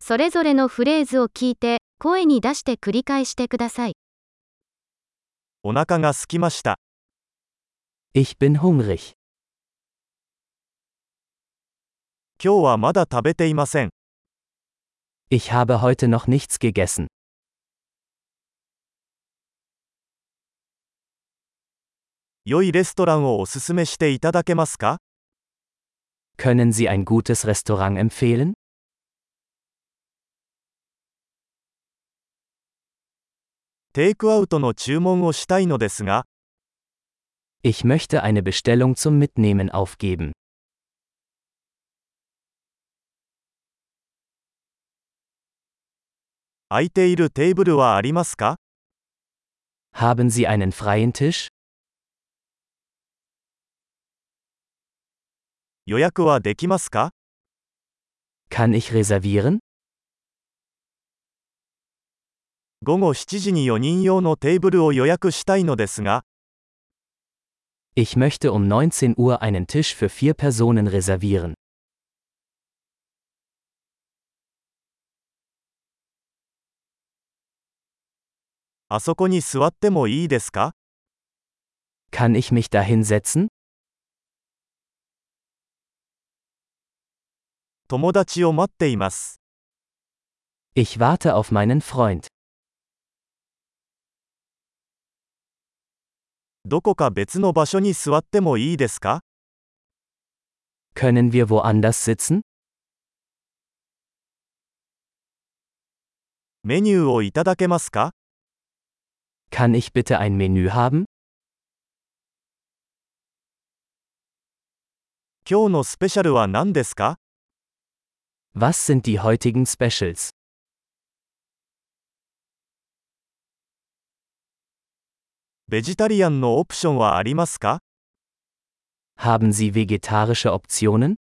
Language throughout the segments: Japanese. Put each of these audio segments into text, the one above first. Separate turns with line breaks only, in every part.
それぞれのフレーズを聞いて、声に出して繰り返してください。
お腹が空きました。
Ich bin hungrig.
今日はまだ食べていません。
Ich habe heute noch nichts gegessen.
良いレストランをおすすめしていただけますか
Können Sie ein gutes Restaurant empfehlen?
テイクアウトの注文をしたいのですが、
Ich möchte eine Bestellung zum Mitnehmen aufgeben.
空いているテーブルはありますか
Haben Sie einen freien Tisch?
予約はできますか
Kann ich reservieren?
午後7時に4人用のテーブルを予約したいのですが、
Ich möchte um 19 Uhr einen Tisch für vier Personen reservieren.
あそこに座ってもいいですか
Kann ich mich da hinsetzen?
友達を待っています。
Ich warte auf meinen Freund.
どこか別の場所に座ってもいいですか
Können wir woanders sitzen?
メニューをいただけますか
Kann ich bitte ein Menü haben?
今日のスペシャルは何ですか
Was sind die heutigen Specials?
ベジタリアンのオプションはありますか
Haben Sie vegetarische Optionen?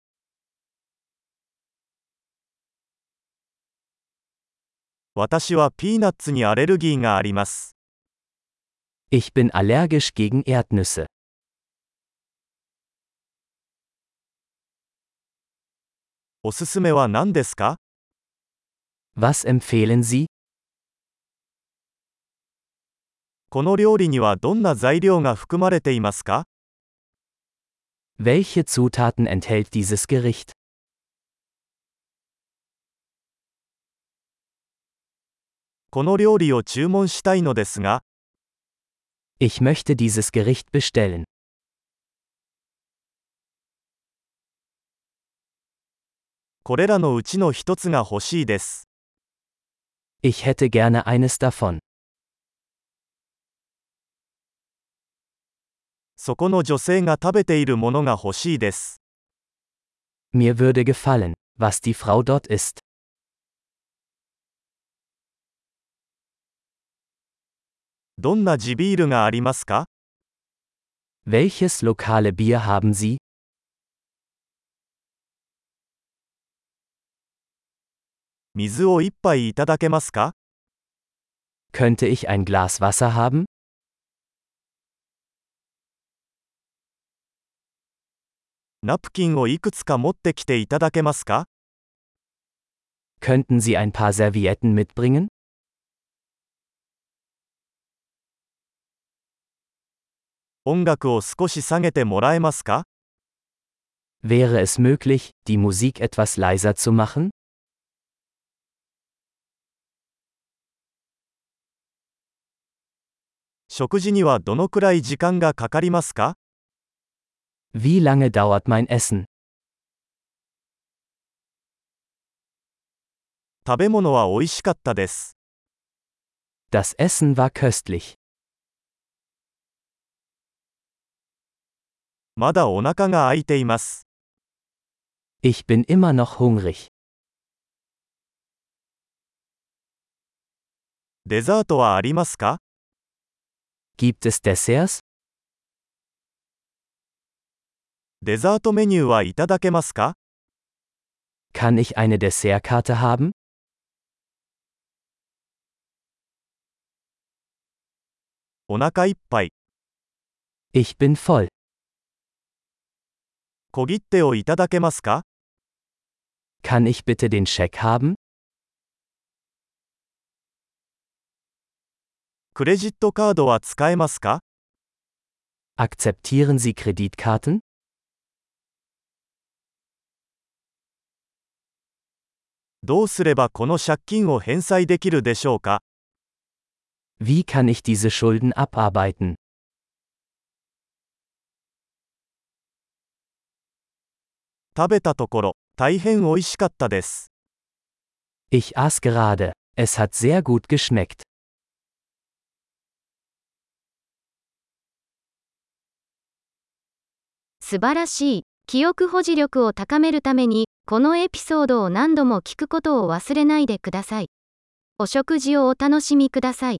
私はピーナッツにアレルギーがあります。
Ich bin allergisch gegen Erdnüsse.
おすすめは何ですか
Was empfehlen Sie?
この料理にはどんな材料が含まれていますか
Welche Zutaten enthält dieses Gericht?
この料理を注文したいのですが、
Ich möchte dieses Gericht bestellen.
これらのうちの一つが欲しいです。
Ich hätte gerne eines davon.
そこの女性が食べているものが欲しいです。
Mir würde gefallen, was die Frau dort isst.
どんな地ビールがありますか
Welches lokale Bier haben Sie?
水を一杯いただけますか
Könnte ich ein Glas Wasser haben?
ナプキンをいくつか持ってきていただけますか
Könnten Sie ein paar Servietten mitbringen?
音楽を少し下げてもらえますか
Wäre es möglich, die Musik etwas leiser zu machen?
食事にはどのくらい時間がかかりますか
Wie lange dauert mein Essen?
食べ物は美味しかったです。
Das Essen war köstlich.
まだお腹が空いています。
Ich bin immer noch hungrig.
デザートはありますか
Gibt es Desserts?
デザートメニューはいただけますか
Kann ich eine Dessertkarte haben?
お腹いっぱい。
Ich bin voll.
小切手をいただけますか
Kann ich bitte den Scheck haben?
クレジットカードは使えますか
Akzeptieren Sie Kreditkarten?
どうすればこの借金を返済できるでしょうか
Wie kann ich diese Schulden abarbeiten?
食べたところ、大変美味しかったです。
Ich aß gerade. Es hat sehr gut geschmeckt.
素晴らしい。記憶保持力を高めるために、このエピソードを何度も聞くことを忘れないでください。お食事をお楽しみください。